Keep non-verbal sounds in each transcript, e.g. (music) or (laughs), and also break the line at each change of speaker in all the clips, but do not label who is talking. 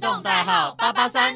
动代号八八三。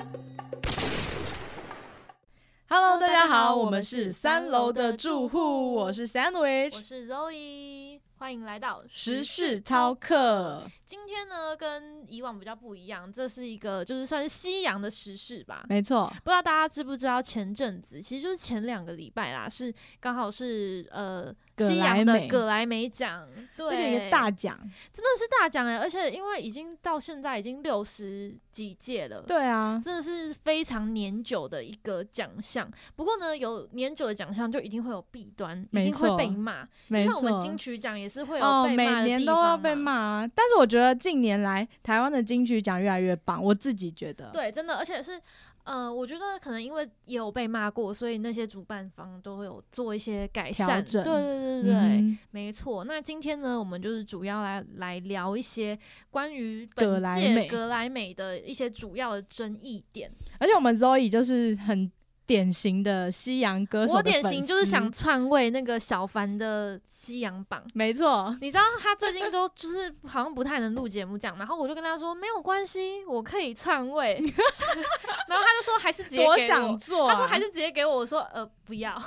Hello，大家
大家
好，
好
我
我
们
们
是
是
三
三
楼
楼
的
的
住
住
户，
户
我是
我
Sandwich，
是 Zoe，欢迎来到
时事饕。客，
今天呢，跟以往比较不一样，这是一个就是算是西洋的时事吧。
没错，
不知道大家知不知道，前阵子其实就是前两个礼拜啦，是刚好是呃
葛
西
莱
洋
美
的葛莱美奖，
这
对，
个一个大奖，
真的是大奖哎、而且因为已经到现在已经六十几届了，
对啊，
真的是非常年久的一个奖项。不过呢，有年久的奖项就一定会有弊端，一
没
定会
错
被骂。
没
像我们
错。
金曲奖也是会有
哦，
被
每
骂的
年
地
都要
方
被
嘛。
骂啊！但是我觉得近年来台湾的金曲奖越来越棒，我自己觉得。，
对，真的，而且是，呃，我觉得可能因为也有被骂过，所以那些主办方都会有做一些改
调
善。
整
对对对对对，
嗯哼，
没错。那今天呢，我们就是主要来来聊一些关于
葛
本
莱美
届格莱美的一些主要的争议点。
而且我们 Zoe 就是很典型的西洋歌手的
我
粉丝，
典型就是想篡位那个小凡的西洋榜。
没错，
你知道他最近都就是好像不太能录节目这样，然后我就跟他说没有关系，我可以篡
(laughs)
位，然后他就说还是直接给
多
我，
想做啊、
他说还是直接给我，我说呃不要， (laughs)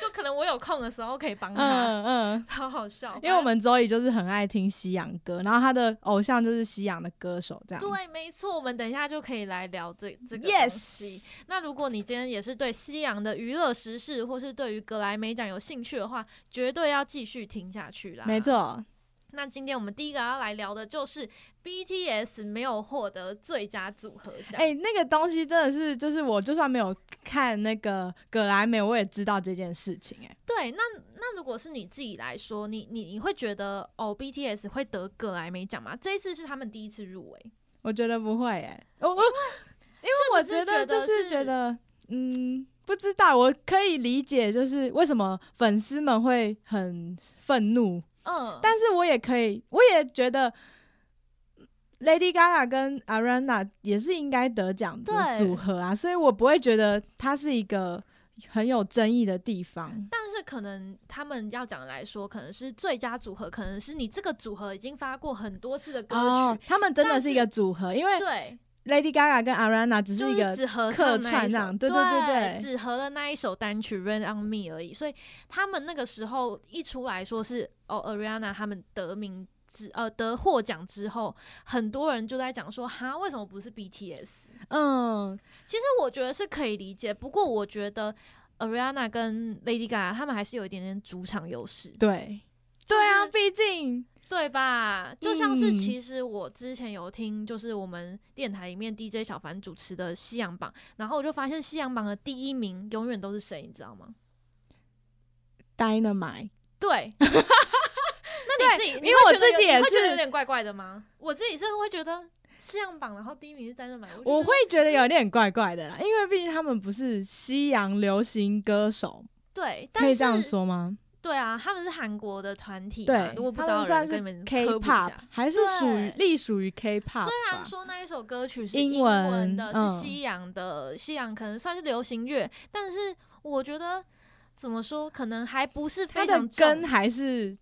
就可能我有空的时候可以帮他，
嗯嗯，
超好笑，
因为我们周 o 就是很爱听西洋歌，然后他的偶像就是西洋的歌手这样。
对，没错，我们等一下就可以来聊这这个
Yes
东西。那如果你今天也是对西洋的娱乐时事，或是对于格莱美奖有兴趣的话，绝对要继续听下去啦。
没。错，
那今天我们第一个要来聊的就是 BTS 没有获得最佳组合奖。
哎、那个东西真的是，就是我就算没有看那个葛莱美，我也知道这件事情、哎，
对，那那如果是你自己来说，你你你会觉得哦，BTS 会得格莱美奖吗？这一次是他们第一次入围，
我觉得不会、哎，我我因为我
是不是觉
得就
得
是
是
觉得，嗯，不知道，我可以理解，就是为什么粉丝们会很愤怒，
嗯，
但是我也可以，我也觉得。Lady Gaga 跟 Ariana 也是应该得奖的
对
组合啊，所以我不会觉得它是一个很有争议的地方。
但是可能他们要讲来说，可能是最佳组合，可能是你这个组合已经发过很多次的歌曲，
哦，他们真的
但
是
是
一个组合，因为
对，
Lady Gaga 跟 Ariana 只
就是
一个
只合
客
唱那一
串这
首
样，对
对
对对对，
只合了那一首单曲《Rain on Me》而已。所以他们那个时候一出来说是哦，Ariana 他们得名之呃得获奖之后，很多人就在讲说哈，为什么不是 BTS？
嗯，
其实我觉得是可以理解，不过我觉得 Ariana 跟 Lady Gaga 他们还是有一点点主场优势。
对，
就
对啊，
是
毕竟
对吧？就像是
嗯
其实我之前有听，就是我们电台里面 DJ 小凡主持的《西洋榜》，然后我就发现《西洋榜》的第一名永远都是谁，你知道吗？
Dynamite，
对。 (laughs) 那你自己，
对
你
因为
会
我
觉得
自
有
己
你
也
会觉得
是
有点怪怪的吗？我自己是会觉得《西洋榜》，然后第一名是单人买，
我
我
会觉得有点怪怪的啦，因为毕竟他们不是西洋流行歌手，
对，但
可
是
以这样说吗？
对啊，他们是韩国的团体嘛，
对，
如果不
他
知道
们
的
算
人
是
跟你们科普一
K-pop，
下。
还是属于
对
隶属于 K-pop 吧。
虽然说那一首歌曲是
英
英
文
的，
嗯
是西洋的，西洋可能算是流行乐，但是我觉得怎么说，可能还不是
它
非
的
常
根
重
还是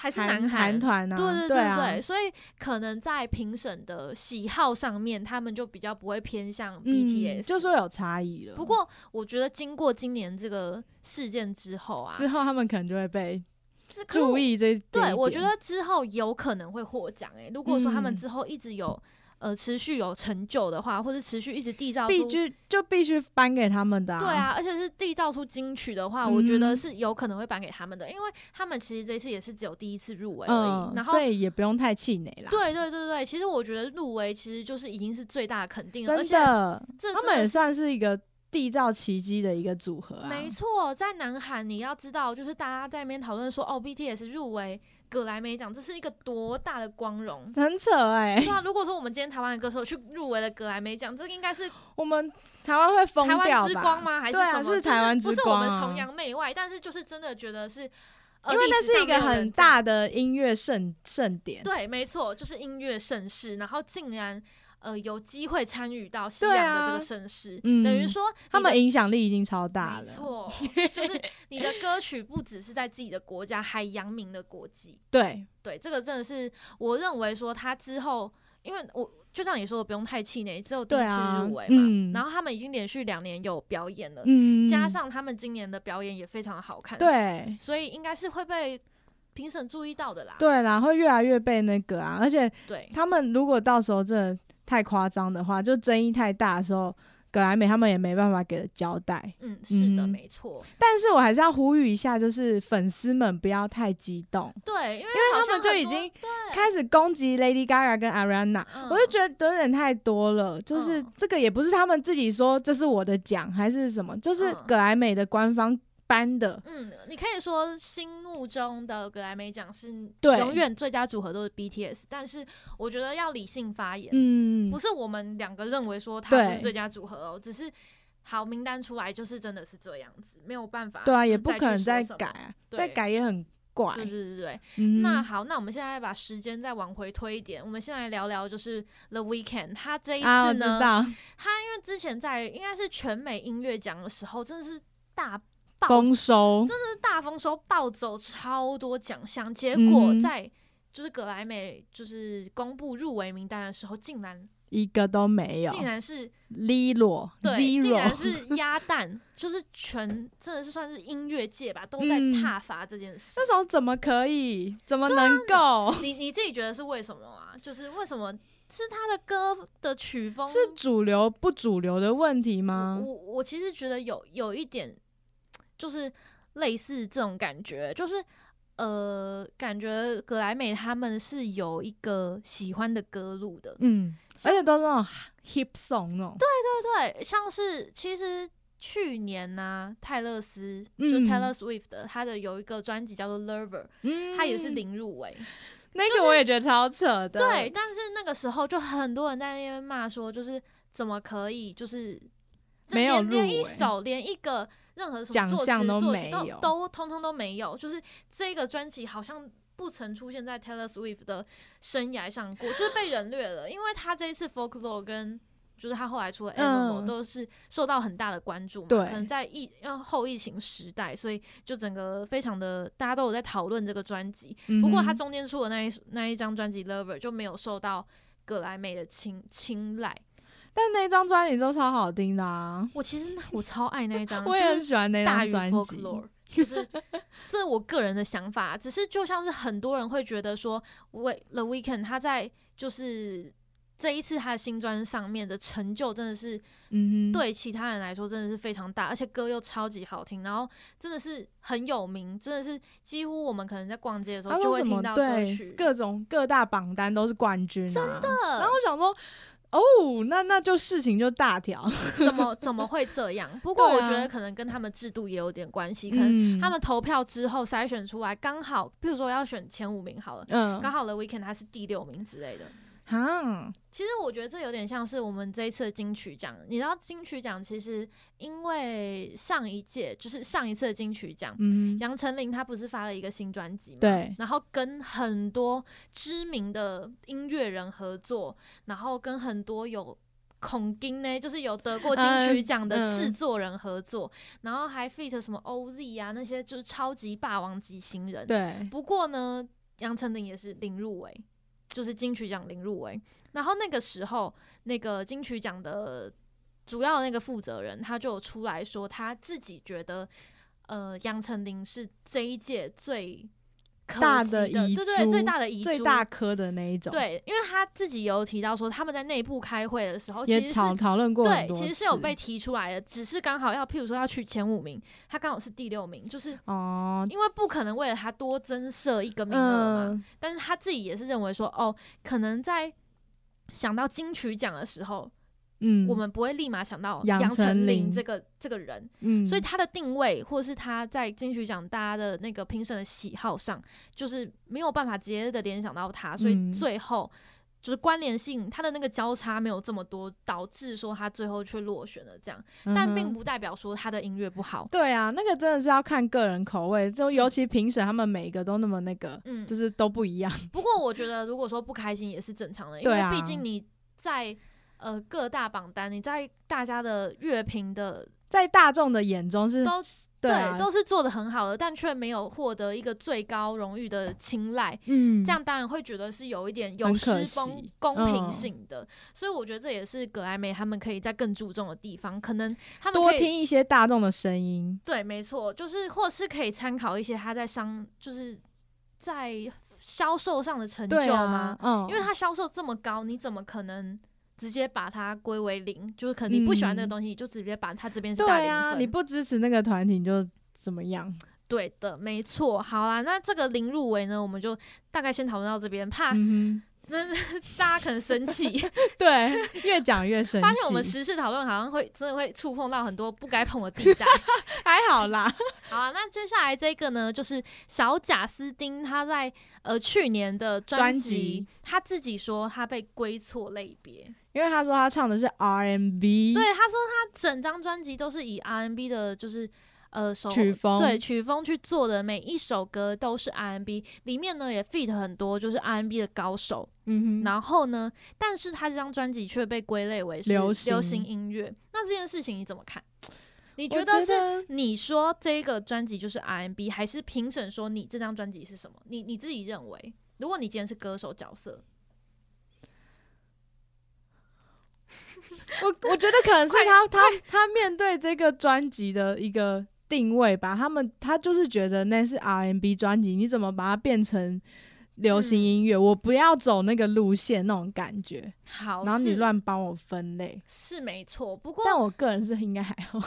还是
韩
南
韩
韩。
团啊，
对对
对
对，
啊
所以可能在评审的喜好上面，他们就比较不会偏向 BTS。
嗯，就说有差异了。
不过我觉得经过今年这个事件之后啊，
之后他们可能就会被
这可是我
注意这这一
对，我觉
点
得之后有可能会获奖诶。如果说他
嗯
们之后一直有、呃持续有成就的话，或者持续一直缔造
必
出
须就必须颁给他们的、
对，啊，而且是缔造出金曲的话，我觉
嗯
得是有可能会颁给他们的，因为他们其实这一次也是只有第一次入围而
嗯
已。，然后
所，以也不用太气馁啦。，
对对对对，其实我觉得入围其实就是已经是最大的肯定了，而
真
且
的，
这
他
真
们也
的是。
算是一个缔造奇迹的一个组合啊。
没错，在南韩你要知道，就是大家在那边讨论说，哦，BTS 入围葛莱美奖，这是一个多大的光荣！
很扯哎、
对啊，如果说我们今天台湾的歌手去入围了格莱美奖，这应该是
我们台湾会疯
台
掉
湾之
吧
光？吗？还是
对
什
啊
么？
是台湾
就是不
之
是我
光啊
们崇洋媚外，但是就是真的觉得是，呃、
因为那
历史
是一
上没
个
有人
很大的音乐盛盛典。
这样。对，没错，就是音乐盛世，然后竟然呃有机会参与到西
对
洋的
啊
这个盛世，
嗯
等于说你
他们
的。
影响力已经超大
没
了，
错，就是你的歌曲不只是在自己的国家，还扬名了国际。
对，
对，这个真的是我认为说他之后，因因为我就像你说的，不用太气馁，只有第一
对
次
啊
入围嘛。
嗯
然后他们已经连续两年有表演了，
嗯，
加上他们今年的表演也非常好看，，
对
所以应该是会被评审注意到的啦。
对啦，会越来越被那个啊，而且
对
他们如果到时候真的太夸张的话，就争议太大的时候，葛莱美他们也没办法给了交代。
嗯，是的，
嗯
没错。
但是我还是要呼吁一下，就是粉丝们不要太激动，
对，因为
因为
好
他
像
们就
很
已
多
经
对
开始攻击 Lady Gaga 跟 Ariana，、
嗯
我就觉得有点太多了。就是
嗯
这个也不是他们自己说这是我的奖还是什么，就是
嗯
葛莱美的官方颁的。
嗯，你可以说心目中的格莱美奖是
对
永远最佳组合都是 BTS，但是我觉得要理性发言，
嗯
不，是我们两个认为说它不是
对
最佳组合哦，只是好名单出来就是真的是这样子，没有办法，
对啊，也不可能
再
再
去说
改
什么。
啊，
对
再改也很怪。
对对对对对，
嗯
那好，那我们现在把时间再往回推一点，我们先来聊聊就是 The Weeknd，他这一
啊，
次
我知
呢，
道，
他因为之前在应该是全美音乐奖的时候，真的是大爆
丰收，
大丰收暴走超多奖项，结果
嗯
在就是格莱美就是公布入围名单的时候，竟然
一个都没有
竟然是
Lilo
对，竟然
zero，
是鸭蛋，就是全真的是算是音乐界吧，都在
嗯
挞伐这件事
这。种怎么可以？怎么能够？
你你自己觉得是为什么啊？就是为什么是他的歌的曲风
是主流不主流的问题
我
吗？
我我其实觉得有有一点，就是类似这种感觉，就是呃，感觉格莱美他们是有一个喜欢的歌路的，
嗯，
像
而且都是那种 hip song 哦那种，
对对，像是其实。去年呢、泰勒斯就
嗯
是 Taylor Swift 的，他的有一个专辑叫做《Lover》，
嗯
他也是零入围。
那个我也觉得超扯的，
对，，但是那个时候就很多人在那边骂说，就是怎么可以，就是这
没有
连连
入
一
围
首连一个任何什么
奖
作
项
词
都
作曲
没
都
有
都通通都没有，就是这个专辑好像。不曾出现在 Taylor Swift 的生涯上过，就是被人略了。因为他这一次 Folklore 跟就是他后来出的 Animal、
嗯
都是受到很大的关注嘛，
对
可能在疫呃后疫情时代，所以就整个非常的大家都有在讨论这个专辑。
嗯
不过他中间出的那一那一张专辑《Lover》就没有受到葛莱美的青青睐。
但那张专辑都超好听的啊，
我其实那我超爱那一张，
(laughs) 我也
啊就
很
是
喜欢那
大
张
于
专辑。
Folklore，就是这是我个人的想法。啊只是就像是很多人会觉得说，为 The Weeknd 他在就是这一次他的新专上面的成就真的是
嗯哼，
对其他人来说真的是非常大，而且歌又超级好听，然后真的是很有名，真的是几乎我们可能在逛街的时
他
候就
说
会
啊什
听
么
到歌
对
曲。
各种各大榜单都是冠军、啊，真的。然后我想说，哦，那那就事情就大条，
(laughs) 怎么怎么会这样？不过
对
我
啊
觉得可能跟他们制度也有点关系，可能
嗯
他们投票之后筛选出来，刚好，比如说要选前五名好了，
嗯
刚好 The Weeknd 他是第六名之类的。
哈，
其实我觉得这有点像是我们这一次的金曲奖，你知道金曲奖其实因为上一届就是上一次的金曲奖，
嗯哼，
杨丞琳她不是发了一个新专辑吗？
对，
然后跟很多知名的音乐人合作，然后跟很多有孔金呢，就是有得过金
呃
曲奖
嗯
的制作人合作，然后还 fit 什么欧丽啊那些就是超级霸王级新人。
对，
不过呢，杨丞琳也是零入围，就是金曲奖零入围。然后那个时候，那个金曲奖的主要的那个负责人，他就有出来说，他自己觉得，呃，杨丞琳是这一届最可
大
惜
的
的，
遗
对对，最
珠
大的遗珠，
最大颗的那一种，，
对，因为他自己有提到说，他们在内部开会的时候，其
也
实
讨
是。
讨论过很
对，
多次，
其实是有被提出来的，只是刚好要，譬如说要去前五名，他刚好是第六名，就是
哦，
因为不可能为了他多增设一个名额嘛，
嗯，
但是他自己也是认为说，哦，可能在想到金曲奖的时候，
嗯，
我们不会立马想到
杨
杨丞
丞
琳
琳
这个这个人，
嗯，
所以他的定位或是他在金曲奖大家的那个评审的喜好上，就是没有办法直接的联想到他，所以
嗯
最后。就是关联性，他的那个交叉没有这么多，导致说他最后却落选了这样，但并
嗯哼
不代表说他的音乐不好。
对啊，那个真的是要看个人口味，就尤其评审他们每一个都那么那个，
嗯，
就是都不一样。 (laughs)
不过我觉得，如果说不开心也是正常的，因
对
为
啊
毕竟你在呃各大榜单，你在大家的乐评的
在大众的眼中是
都
对啊，
都是做的很好的，但却没有获得一个最高荣誉的青睐，
嗯，
这样当然会觉得是有一点有
很
失
可
公
惜
公平
嗯
性的，所以我觉得这也是葛莱美他们可以在更注重的地方，可能他们
多
可以
听一些大众的声音，
对，没错，就是或是可以参考一些他在商，就是在销售上的成
对
就
啊
吗？，
嗯，
因为他销售这么高，你怎么可能直接把它归为零？就是可能你不喜欢这个
嗯
东西，你就直接把它这边是打
对
零
啊，
分
你不支持那个团体你就怎么样？
对的，没错。好啦，那这个零入围呢，我们就大概先讨论到这边，怕
嗯
(laughs) 真的大家可能生气，
哼，对，越讲越生气。
发现我们时事讨论好像会真的会触碰到很多不该碰的
(laughs)
地带。
还好啦，
好啊，那接下来这个呢，就是小贾斯汀他在呃去年的专
专
辑
辑，
他自己说他被归错类别。
(laughs) 因为他说他唱的是 R&B，
对，他说他整张专辑都是以 R&B 的，就是呃手
曲风
对曲风去做的，每一首歌都是 R&B，里面呢也 feat 很多就是 R&B 的高手。
嗯哼，
然后呢，但是他这张专辑却被归类为是
流行
流行音乐。那这件事情你怎么看？你
你
觉得是你说这个专辑就是 RMB，还是评审说你这张专辑是什么？你你自己认为，如果你今天是歌手角色，
我我觉得可能是
快
他他他面对这个专辑的一个定位吧，他们他就是觉得那是 R&B 专辑，你怎么把它变成流行音
嗯
乐？我不要走那个路线那种感觉，
好，
然后
哦
你
是
乱帮我分类。
是没错。不过
但我个人是应该还
(laughs)
好，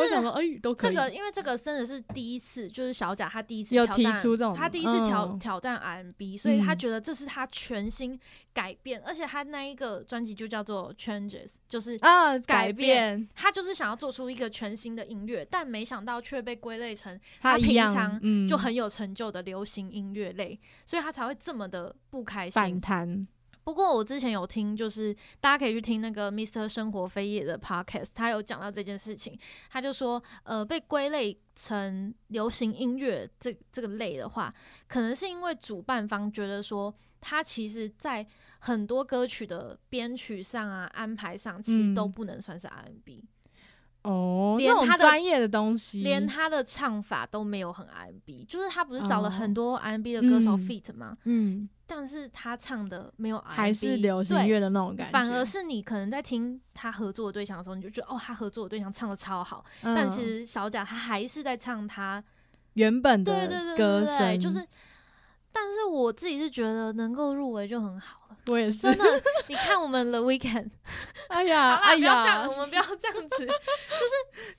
我想说，哎、都可
这
以。
个，因为这个真的是第一次，就是小贾他第一次
有
挑
提
战
出这种
他第一次挑、
嗯
挑战 RMB，所以他
嗯
觉得这是他全新改变，而且他那一个专辑就叫做 Changes，就是
啊，
改
改
变
变
他就是想要做出一个全新的音乐，但没想到却被归类成他
他
平
一样
常，
嗯，
就很有成就的流行音乐类，所以他才会这么的不开
反
心。
弹，
不过我之前有听，就是大家可以去听那个 Mr. 生活飞页的 podcast，他有讲到这件事情，他就说，呃，被归类成流行音乐这这个类的话，可能是因为主办方觉得说，他其实在很多歌曲的编曲上啊、安排上，其实
嗯
都不能算是 R&B，、
哦，
连
那种
他的
专业的东西，
连他的唱法都没有很 R&B，就是他不是找了
哦
很多 R&B 的歌手
嗯
feat 吗？
嗯，
但是他唱的没有 R&B，
还是流行
对
乐的那种感觉，
反而是你可能在听他合作的对象的时候，你就觉得哦，他合作的对象唱的超好，
嗯，
但其实小贾他还是在唱他，
原本
对
的
对对
歌
对
声，
对，就是。但是我自己是觉得能够入围就很好了，
我也是
真，的。你看我们 The Weekend，
(laughs) 哎
好
呀，
啦，
哎
不要这样，
呀，
我们不要这样子， (laughs)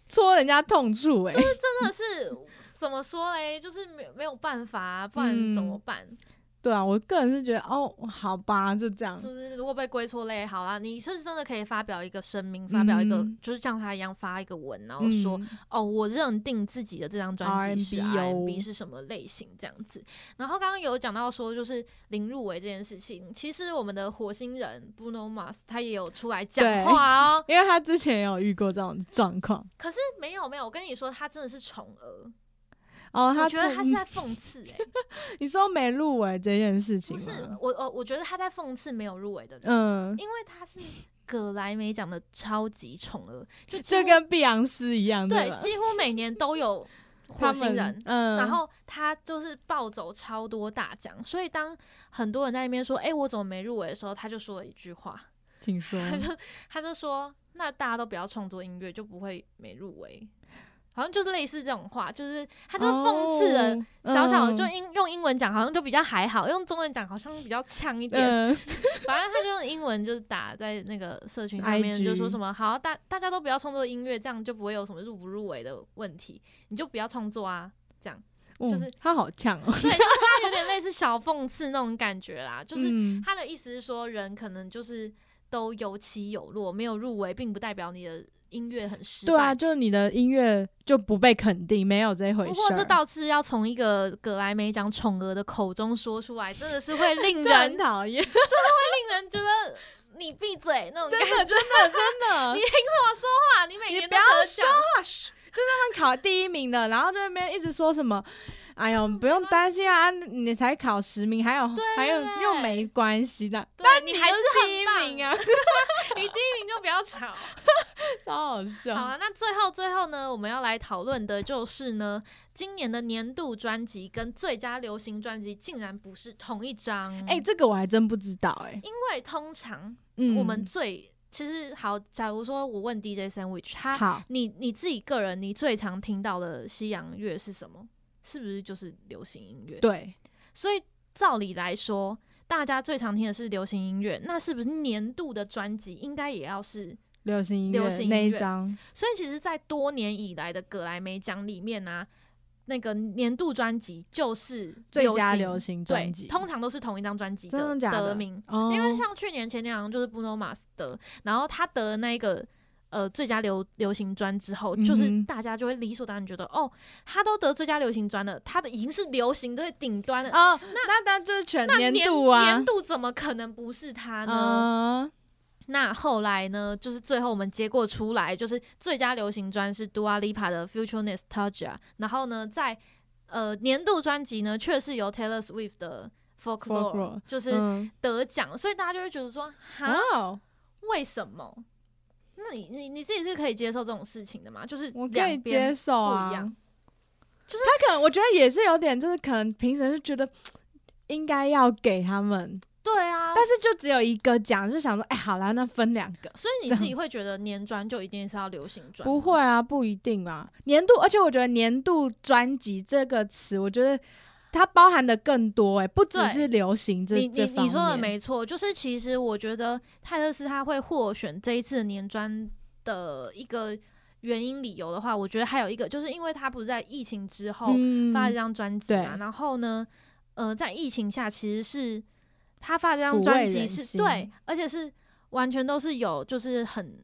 戳人家痛处哎、
真的是怎么说嘞？就是没有没有办法啊、不然怎么
嗯
办？
(laughs) 对啊，我个人是觉得哦，好吧，就这样，
就是如果被归错类，好啦，你是真的可以发表一个声明，发表一个、
嗯
就是像他一样发一个文，然后说、哦，我认定自己的这张专辑是
R&B 哦
R&B 是什么类型这样子。然后刚刚有讲到说，就是零入围这件事情，其实我们的火星人 Bruno Mars 他也有出来讲
对
话哦，
因为他之前也有遇过这种状况，
可是没有没有，我跟你说，他真的是宠儿，
哦，
我
他
觉得他是
曾
在讽刺
(laughs)
哎、
你说没入围这件事情
不
吗？
是我哦我我觉得他在讽刺没有入围的人，
嗯，
因为他是葛莱美奖的超级宠儿，就几
就
乎
跟碧昂斯一样，
对
吧？
几乎每年都有火
他
星
们
人。
嗯，
然后他就是暴走超多大奖，所以当很多人在那边说“哎、我怎么没入围”的时候，他就说了一句话，
请说，
他就他就说：“那大家都不要创作音乐，就不会没入围。”好像就是类似这种话，就是 (laughs) 他就是讽刺了。
哦
小小的
嗯
就英用英文讲好像就比较还好，用中文讲好像比较呛一点。
嗯，
反正他就用英文就打在那个社群上面，
IG
就说什么好大大家都不要创作音乐，这样就不会有什么入不入围的问题，你就不要创作啊，这样。
嗯
就是
他好呛哦，
对，就是他有点类似小讽刺那种感觉啦。就是
嗯
他的意思是说，人可能就是都有起有落，没有入围，并不代表你的音乐很失败。
对啊，就你的音乐就不被肯定，没有这回事
不
儿。
过这倒是要从一个葛莱美奖宠儿的口中说出来，真的是
(laughs)
会令
就
人
很
令
讨厌，
人觉得你闭嘴那种感觉。
的，真的，真的
你凭什么说话？你每
啊你
年都
不要
得
说
奖，
话，嘘就他们考第一名的，然后在那边一直说什么，哎呦，不用担心啊，你才考十名，还有还有又没关系的，
哎对你还
就是是第
很
一
棒
名啊，
你第一名就不要吵。
(laughs) 超好笑。
好啊，那最后最后呢，我们要来讨论的就是呢，今年的年度专辑跟最佳流行专辑竟然不是同一张。
哎、这个我还真不知道哎、
因为通常
嗯，
我们最、其实好，假如说我问 DJ Sandwich，他
好，
你你自己个人你最常听到的西洋乐是什么？是不是就是流行音乐？
对，
所以照理来说，大家最常听的是流行音乐，那是不是年度的专辑应该也要是
流行音
流
乐
行音
那一
乐
张，
所以其实，在多年以来的格莱美奖里面呢、啊那个年度专辑就是
最佳流
流
行专
对
辑，，
通常都是同一张专辑
真的假的
得名。
哦，
因为像去年、前年好像就是 Bruno Mars 得，然后他得那个呃最佳流流行专之后，就
嗯
是
哼
大家就会理所当然觉得，哦，他都得最佳流行专了，他的已经是流行的顶端了，
哦，那那就是全
那年
度啊
年，度怎么可能不是他呢？
嗯，
那后来呢，就是最后我们结果出来，就是最佳流行专是 Dua Lipa 的 Future Nostalgia，然后呢，在呃年度专辑呢，却是由 Taylor Swift 的 Folklore,
Folklore，
就是
嗯
得奖，所以大家就会觉得说，哈，
哇哦，
为什么？那你你你自己是可以接受这种事情的吗？就是
我可以
两边
接受
不一
啊
样，
就是他可能我觉得也是有点，就是可能评审就觉得应该要给他们，
对啊，
但是就只有一个奖，就想说，哎，好啦，那分两个。
所以你自己会觉得年专就一定是要流行专？
不会，啊，不一定啊。年度，而且我觉得“年度专辑”这个词，我觉得它包含的更多哎、不只
对
是流行这
你
这
你
方面。
你说的没错，就是其实我觉得泰勒斯他会获选这一次的年专的一个原因理由的话，我觉得还有一个就是因为他不是在疫情之后
嗯，
发了这张专辑嘛，
对
然后呢，呃，在疫情下其实是他发这
抚
张专
慰
辑
人
是
心
对，而且是完全都是有就是很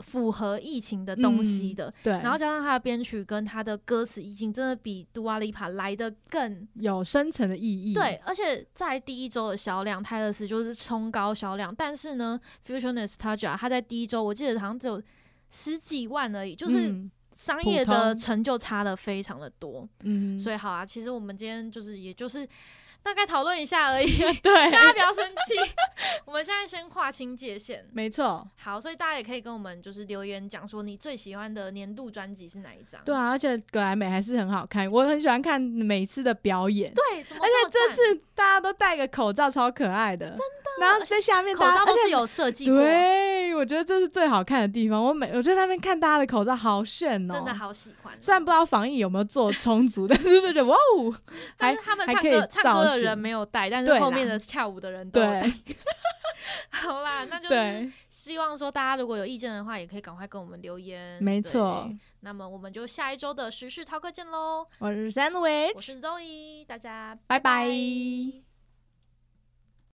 符合疫情的东西
嗯
的，
对，
然后加上他的编曲跟他的歌词意境，真的比杜阿丽帕来的更
有深层的意义。
对，，而且在第一周的销量，泰勒斯就是冲高销量，但是呢，Future Nostalgia 它在第一周我记得好像只有十几万而已，就是
嗯
商
普
业的
通
成就差的非常的多。
嗯，
所以好啊，其实我们今天就是也就是大概讨论一下而已，
(laughs) (laughs) 对，
大家不要生气。 (laughs) 我们现在先划清界限。
没错，
好，所以大家也可以跟我们就是留言讲说你最喜欢的年度专辑是哪一张？
对啊，而且格莱美还是很好看，我很喜欢看每次的表演。
对，怎么
而
这么
且这
赞
次大家都戴个口罩，超可爱的。真的。然后在下面
口
大家，
罩
而
都
且
是有设计过，
对，我觉得这是最好看的地方。我每我在那边看大家的口罩，好炫哦、
真的好喜欢。
虽然不知道防疫有没有做充足，但是就觉得哇哦，
但
还
是他们
还
唱
可以
歌唱歌
造
的
型
人没有带，但是
对
后
啦
面的跳舞的人都有
对
带。 (laughs) 好啦，那就是
对，
希望说大家如果有意见的话，也可以赶快跟我们留言。
没错
对。那么我们就下一周的时事涛哥见喽！
我是 Sandwich，
我是 Zoe，大家
哎拜拜
拜